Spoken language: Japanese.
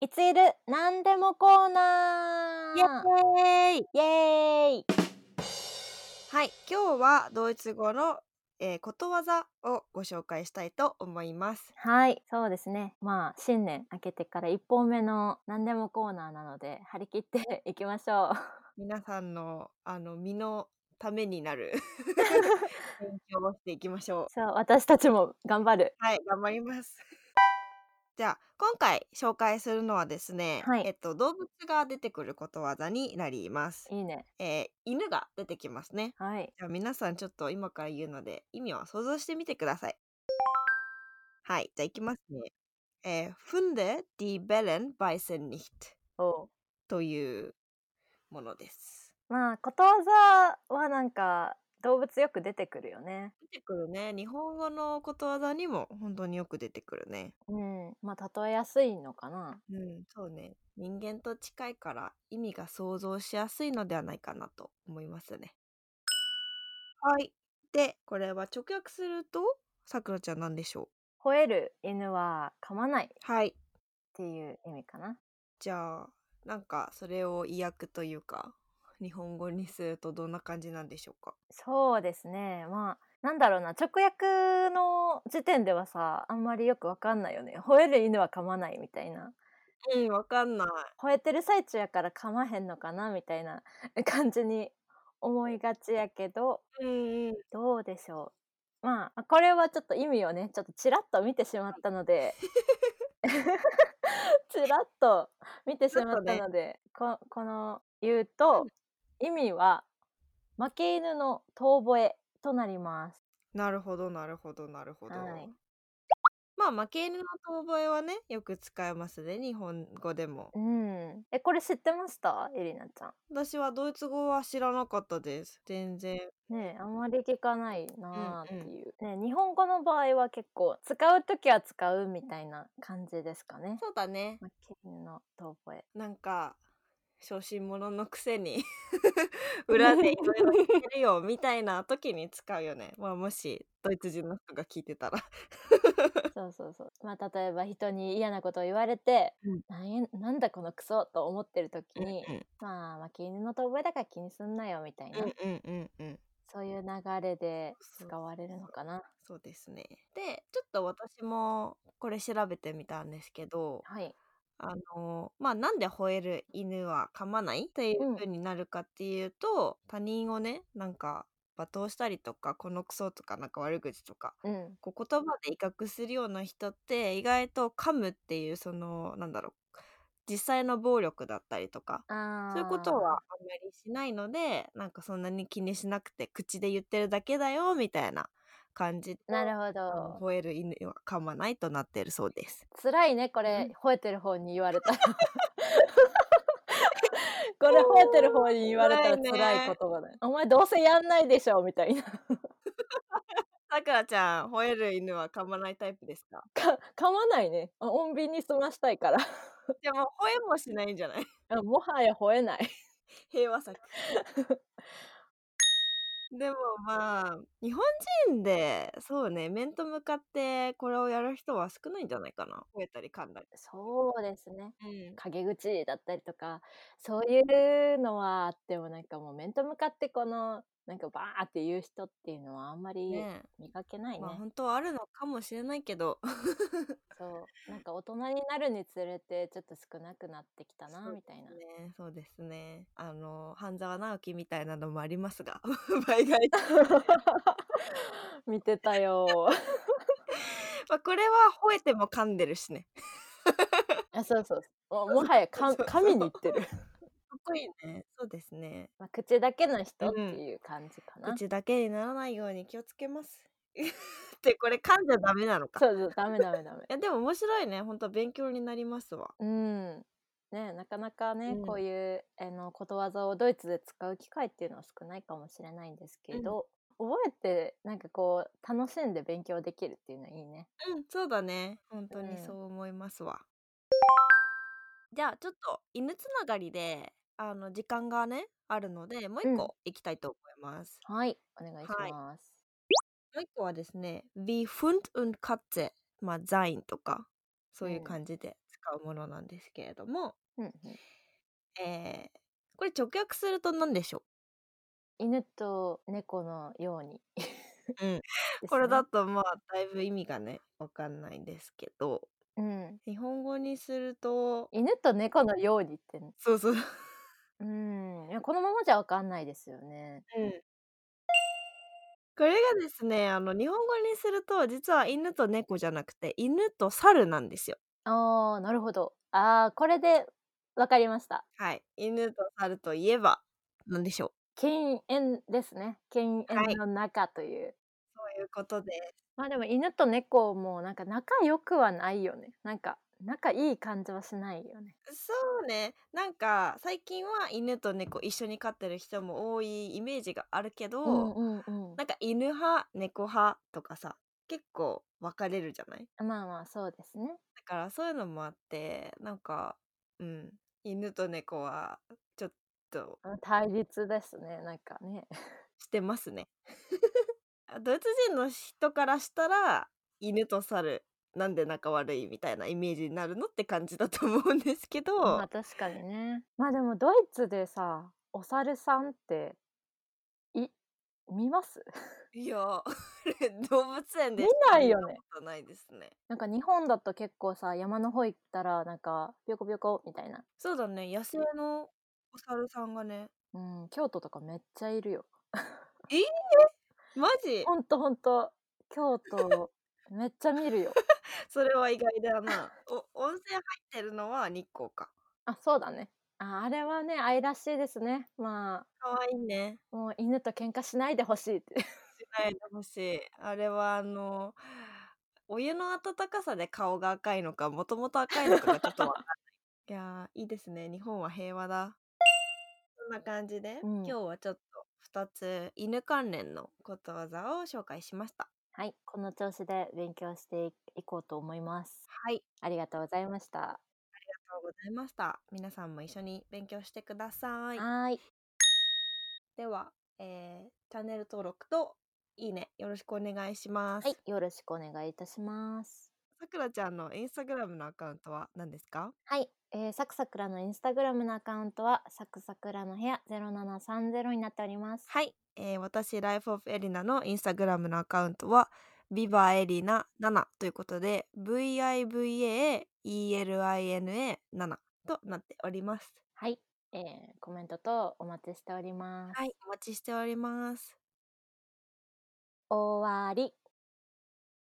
いついる何でもコーイエナーーイイエーイはい、今日はドイツ語の、えーことわざをご紹介したいと思います。はい、そうですね。まあ、新年明けてから一本目の何でもコーナーなので、張り切っていきましょう。皆さんのあの身のためにな る勉強をしていきましょう。 そう、私たちも頑張る。はい、頑張ります。じゃあ今回紹介するのはですね、はえい、っと動物が出てくることわざになります。いいね。えー犬が出てきますね。はい。じゃあ皆さんちょっと今から言うので意味を想像してみてください。はい、じゃあいきますね。えー、Funde die Bellen beißen nicht おうというものです。まあ、ことわざはなんか、動物よく出てくるよね。出てくるね。日本語のことわざにも本当によく出てくるね。うん、まあ、例えやすいのかな。うん、そうね。人間と近いから意味が想像しやすいのではないかなと思いますね。はい。で、これは直訳すると、さくらちゃんなんでしょう吠える犬は噛まないっはい。ていう意味かな。じゃあ、なんかそれを意訳というか、日本語にするとどんな感じなんでしょうかそうですねまあなんだろうな直訳の時点ではさあんまりよくわかんないよね吠える犬は噛まないみたいなうん、わかんない。吠えてる最中やから噛まへんのかなみたいな 感じに思いがちやけどうんうん。どうでしょうまあこれはちょっと意味をねちょっとちらっと見てしまったの で ちらっと見てちょしっまとったね。のでここの言ううとん意味は負け犬の遠吠えとなります。なるほど、なるほど、なるほはいど。まあ、負け犬の遠吠えはね、よく使えますね、日本語でも。うん。え、これ知ってましたエリナちゃ私はドイツ語は知らなかったです。全然。ん。ねえあんまり聞かないうんなあっうてん。いう。ねえ日本語の場合は結構、使うときは使うみたいな感じですかね。そうだね。まあ、犬の遠吠え。なんか、小心者のくせに 裏でいろいろ言ってるよ、みたいな時に使うよね。まあ、もし、ドイツ人の人が聞いてたら。そうそうそう。まあ、例えば人に嫌なことを言われて、うん、なんやなんだこのクソと思ってるときうん、に、うん、まあ、負け犬の遠吠えだから気にすんなよみたい うん、な、うん、うん。うんそういう流れでそう使そわうれるそのう。かな。そうですね。で、ちょっと私もこれ調べてみたんですけど、はい。あのまあなんで吠える犬は噛まないっていううん。風になるかっていうと他人をねなんか罵倒したりとかこのクソとかなんか悪口とかうん。こう言葉で威嚇するような人って意外と噛むっていうそのなんだろう実際の暴力だったりとかそういうことはああんまりしないのでなんかそんなに気にしなくて口で言ってるだけだよみたいな感じでー、なるほあのど。吠える犬は噛まないとなっているそうです。辛いねこうれん吠えてる方に言われた らこれ吠えてる方に言われた辛らい辛いね。言葉だよお前どうせやんないでしょみたいな さくらちゃん、吠える犬は噛まないタイプですかか噛まないねあ穏便に済ましたいから でも、吠えもしないんじゃない あもはや吠えない平和策。でもまあ、日本人で、そうね、面と向かってこれをやる人は少ないんじゃないかな。吠えたり噛んだり。そうですねうん。陰口だったりとかそういうのはあってもなんかもう面と向かってこのなんかバーって言う人っていうのはあんまりねえ。見かけないまあ、ね本当はあるのかもしれないけど。そうなんか大人になるにつれてちょっと少なくなってきたなそうみでたいなす ね。そうですね。あの、半沢直樹みたいなのもありますが、 倍返し。見てたよまあ、これは吠えても噛んでるしね。あそうそうももはやそかうそうそう。神に言ってる、かっこいいね。そうですね。 まあ、口だけの人っうてん。いう感じかな口だけにならないように気をつけます。 ってこれ噛んじゃダメなのか。そうそうダメダメダメいやでも面白いね。本当勉強になりますわ。 うんねなかなかう。ねこうんいうあのことわざをドイツで使う機会っていうのは少ないかもしれないんですうけん。ど覚えてなんかこう楽しんで勉強できるっていうのはいいねうん、そうだね。本う当にそんう思いますわ。 じゃあちょっと犬つながりで、あの時間がね、あるので、もうう一ん個いきたいと思います。はいお願いしはい。ますもう一個はですね、wie Hund und Katze、まあ、ザインとか、そうういうん感じで使うものなんですけれども、うんうん。えー、これ直訳すると何でしょ犬と猫のように う、うん、でこすれだね。とまあだいぶ意味がねわかんないんですけどうん。日本語にすると犬と猫のようにってね、 そう そう、うん、いやこのままじゃわかんないですよね。うん、 これがですねあの日本語にすると実は犬と猫じゃなくて犬と猿なんですよ。ああ、なるほど。ああ、これでわかりました。はい、犬と猿といえば何でしょう犬猿ですね。犬は猿いの中という。そういうことです。まあでも犬と猫もなんか仲良くはないよね。なんか仲いい感じはしないよね。そうねなんか最近は犬と猫一緒に飼ってる人も多いイメージがあるけうんどうんうなんか犬派猫派とかさ結構分かれるじゃないん。まあまあそうですね。だからそういうのもあってなんかうん犬と猫はちょっとあ対立ですね。なんかね。してますね。 あドイツ人の人からしたら犬と猿なんで仲悪いみたいなイメージになるのって感じだと思うんですけまどあ確かにね。まあでもドイツでさ、お猿さんってい見ますいや あれ動物園見でしかない見よたね。ことないですね。なんか日本だと結構さ山の方行ったらなんかぴょこぴょこみたいな、そうだね野生のお猿さんがねうん、京都とかめっちゃいるよえマジほんとほんと京都めっちゃ見 るよそれは意外だ なお温泉入ってるのは日光かあそうだねああれはね愛らしいですねまかわいいねあもう犬と喧嘩しないでほしいってしないでほしいあれはあのお湯の温かさで顔が赤いのかもともと赤いのかがちょっ とわかんないいやーいいですね日本は平和だそんな感じでうん今日はちょっと2つ犬関連のことわざを紹介しました はいこの調子で勉強していこうと思いますはいあありりがとうございましたがとうございました皆さんも一緒に勉強してくださいはーいでは、えーチャンネル登録といいねよろしくお願いしまはいす。よろしくお願いいたしますさくらちゃんのインスタグラムのアカウントは何ですかはい、えー、サクサクラのインスタグラムのアカウントはサクサクラの部屋0730になっておりますはい、えー私ライフオフエリナのインスタグラムのアカウントはビバエリナ7ということで VIVAELINA7 となっております。はい、えー、コメントとお待ちしておりまはい、すお待ちしております。終わり